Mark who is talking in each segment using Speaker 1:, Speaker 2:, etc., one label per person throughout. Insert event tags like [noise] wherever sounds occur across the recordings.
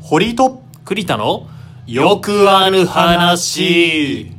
Speaker 1: 堀井と
Speaker 2: 栗田のよくある話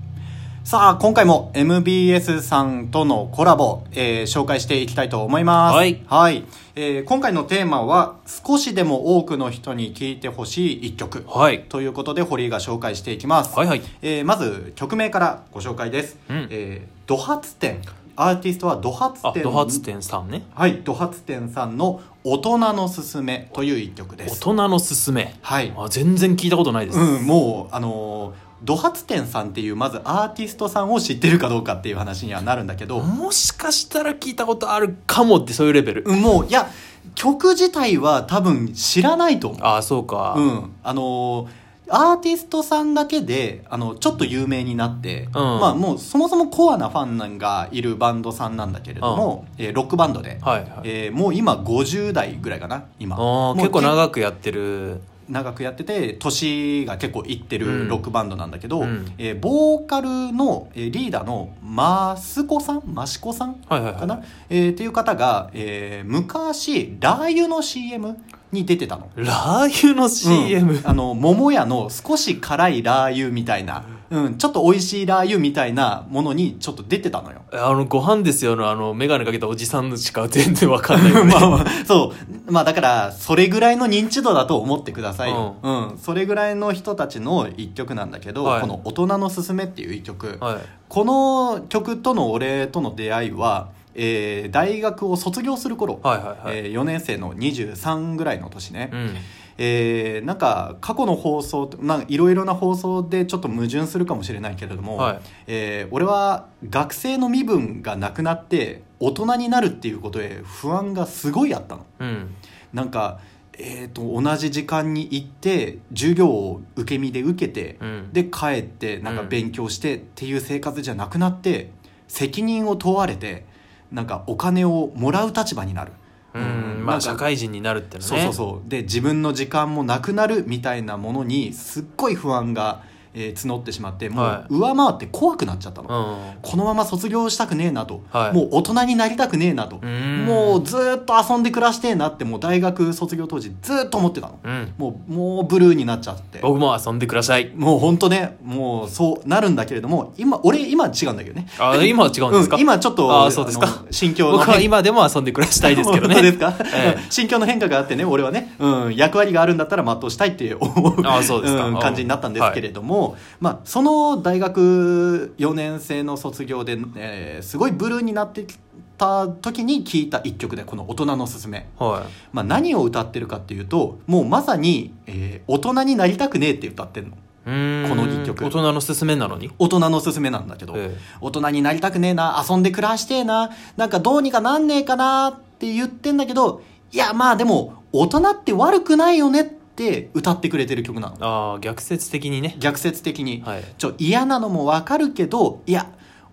Speaker 1: さあ今回も MBS さんとのコラボ、えー紹介していきたいと思います
Speaker 2: はい
Speaker 1: えー今回のテーマは少しでも多くの人に聴いてほしい一曲
Speaker 2: はい
Speaker 1: ということで堀井が紹介していきます、
Speaker 2: はいはい
Speaker 1: えーまず曲名からご紹介です、
Speaker 2: うん
Speaker 1: えードハツ展アーティストはドハツ
Speaker 2: あ
Speaker 1: 展
Speaker 2: ドハツ店さんね
Speaker 1: はいドハツ展さんの「大人のすすめ」という一曲で
Speaker 2: 大
Speaker 1: す
Speaker 2: 人のすすめ
Speaker 1: はい
Speaker 2: あ全然聞いたことないです、
Speaker 1: うん、もうあのードハツテンさんっていうまずアーティストさんを知ってるかどうかっていう話にはなるんだけど、
Speaker 2: もしかしたら聞いたことあるかもってそういうレベル、
Speaker 1: うんもういや曲自体は多分知らないと思う
Speaker 2: ああそうか、
Speaker 1: う
Speaker 2: うん
Speaker 1: ん、あのーアーティストさんだけであのちょっと有名になって、まあ、もうそもそもコアなファンがいるバンドさんなんだけれども、えーロックバンドで、
Speaker 2: はいはい、
Speaker 1: えーもう今50代ぐらいかな今
Speaker 2: あ
Speaker 1: もう
Speaker 2: ー結構
Speaker 1: け
Speaker 2: 長くやってる
Speaker 1: 長くやってて年が結構いって
Speaker 2: う
Speaker 1: る
Speaker 2: ん
Speaker 1: ロックバンドなんだけど、
Speaker 2: うん
Speaker 1: えーボーカルの、えーリーダーのマスコさんマシコさん
Speaker 2: はいはいはい
Speaker 1: かな、えーっていう方が、えー昔ラー油の CM に出てたの。
Speaker 2: ラー油の CM、
Speaker 1: うんあの桃屋の少し辛いラー油みたいな、うん、ちょっと美味しいラー油みたいなものにちょっと出てたのよ。
Speaker 2: あのご飯ですよのあの眼鏡かけたおじさんしか全然わかんないよね
Speaker 1: [laughs] まあまあ、そう。まあだから、それぐらいの認知度だと思ってくださいよ。うん。それぐらいの人たちの一曲なんだけど、
Speaker 2: はい
Speaker 1: この大人のすすめっていう一曲。
Speaker 2: はい
Speaker 1: この曲との俺との出会いは、えー大学を卒業する頃、
Speaker 2: はいはいはい、
Speaker 1: え4年生の23ぐらいの年ね。
Speaker 2: うん
Speaker 1: えーなんか過去の放送とまあいろいろな放送でちょっと矛盾するかもしれないけれども、
Speaker 2: はい
Speaker 1: えー俺は学生の身分がなくなって大人になるっていうことへ不安がすごいあったの。
Speaker 2: うん
Speaker 1: なんかえー、と同じ時間に行って授業を受け身で受けて、
Speaker 2: うん
Speaker 1: で帰ってなんか
Speaker 2: うん
Speaker 1: 勉強してっていう生活じゃなくなって、責任を問われてなんかお金をもらう立場になる、
Speaker 2: うん
Speaker 1: な
Speaker 2: まあ
Speaker 1: んか
Speaker 2: 社会人になるってのね
Speaker 1: そうそうそうで自分の時間もなくなるみたいなものにすっごい不安が、えー募ってしまっても
Speaker 2: は
Speaker 1: う
Speaker 2: い
Speaker 1: 上回って怖くなっちゃったの、
Speaker 2: うん
Speaker 1: このまま卒業したくねえなと、
Speaker 2: はい
Speaker 1: もう大人になりたくねえなと、
Speaker 2: ん
Speaker 1: もうずーっと遊んで暮らしてえなってもう大学卒業当時ずーっと思ってたの、
Speaker 2: うん
Speaker 1: もうもうブルーになっちゃって
Speaker 2: 僕も遊んでください
Speaker 1: もう本当ねもうそうなるんだけれども今俺今違うんだけどね
Speaker 2: あ今は違うんですか、
Speaker 1: うん今ちょっと
Speaker 2: あーそうですか
Speaker 1: あの心境の変
Speaker 2: 僕は今でも遊んで暮らしたいですけ
Speaker 1: [laughs]
Speaker 2: どね
Speaker 1: 本当ですか、
Speaker 2: ええ
Speaker 1: 心境の変化があってね、俺はね、うん、役割があるんだったら全うしたいって思う
Speaker 2: ああそうですか
Speaker 1: ん
Speaker 2: ああ
Speaker 1: 感じになったんですけれども、まあ、その大学4年生の卒業で、えーすごいブルーになってきた時に聴いた一曲で、この大人のすすめ。
Speaker 2: は
Speaker 1: まあ、何を歌ってるかっていうと、もうまさに、えー大人になりたくねえって歌ってるの。
Speaker 2: い、うん
Speaker 1: この一曲
Speaker 2: 大人のすすめなのに、
Speaker 1: 大人のすすめなんだけど、
Speaker 2: ええ
Speaker 1: 大人になりたくねえな、遊んで暮らしてえな、なんかどうにかなんねえかなって言ってんだけど、いや、まあでも、大人って悪くないよねって歌ってくれてる曲なの。
Speaker 2: ああ逆説的にね
Speaker 1: 逆説的に。
Speaker 2: はい
Speaker 1: ちょ、嫌なのもわかるけど、いや、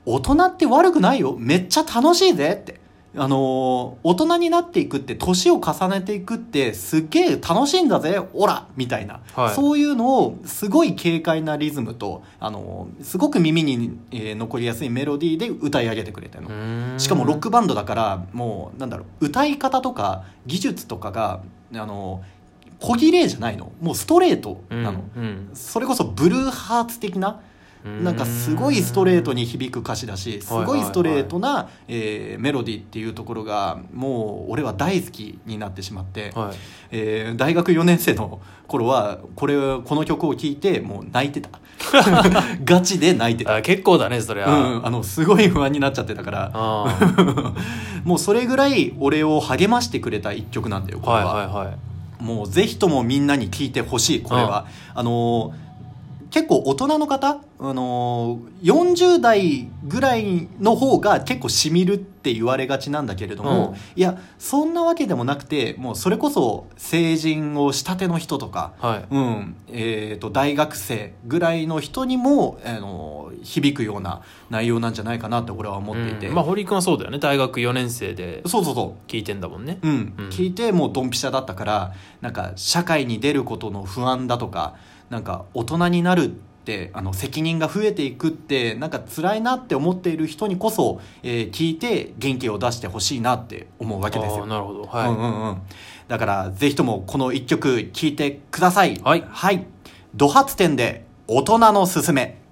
Speaker 1: 大人って悪くないよ。めっちゃ楽しいぜって。あのー大人になっていくって、年を重ねていくって、すっげえ楽しいんだぜ、オラみたいな、
Speaker 2: はい
Speaker 1: そういうのを、すごい軽快なリズムと、あのーすごく耳に、えー残りやすいメロディーで歌い上げてくれてるの。しかもロックバンドだからもうなんだろう歌い方とか技術とかがあの小切れじゃないのもうストレートなの、
Speaker 2: うん
Speaker 1: それこそブルーハーツ的な
Speaker 2: うん
Speaker 1: なんかすごいストレートに響く歌詞だしすごいストレートな、えーメロディーっていうところがもう俺は大好きになってしまって、
Speaker 2: はい
Speaker 1: えー大学4年生の頃はこれこの曲を聴いてもう泣い
Speaker 2: [laughs]
Speaker 1: てたガチで泣いてた、
Speaker 2: あ結構だねそれ
Speaker 1: う
Speaker 2: は、
Speaker 1: ん、あのすごい不安になっちゃってたから
Speaker 2: あー
Speaker 1: [laughs] もうそれぐらい俺を励ましてくれた一曲なんだよこれ
Speaker 2: [laughs] は
Speaker 1: は、
Speaker 2: いはいはい
Speaker 1: もうぜひともみんなに聞いてほしいこれは、あのー結構大人の方、あのー40代ぐらいの方が結構しみるって言われがちなんだけれども、
Speaker 2: うん
Speaker 1: いやそんなわけでもなくてもうそれこそ成人をしたての人とか、
Speaker 2: はい
Speaker 1: うんえー、と大学生ぐらいの人にも、あのー響くような内容なんじゃないかなって俺は思っていて、
Speaker 2: うんまあ堀井君はそうだよね大学4年生で
Speaker 1: そうそうそう
Speaker 2: 聞いてんだもんね
Speaker 1: うん
Speaker 2: うん
Speaker 1: 聞いてもうドンピシャだったからなんか社会に出ることの不安だとかなんか大人になるってあの責任が増えていくってなんか辛いなって思っている人にこそ、えー聞いて元気を出してほしいなって思うわけです
Speaker 2: あー
Speaker 1: よ。
Speaker 2: なるほどはい、
Speaker 1: うんうんうん、だからぜひともこの一曲聴いてください
Speaker 2: はい
Speaker 1: はい、ド発展で大人のすすめ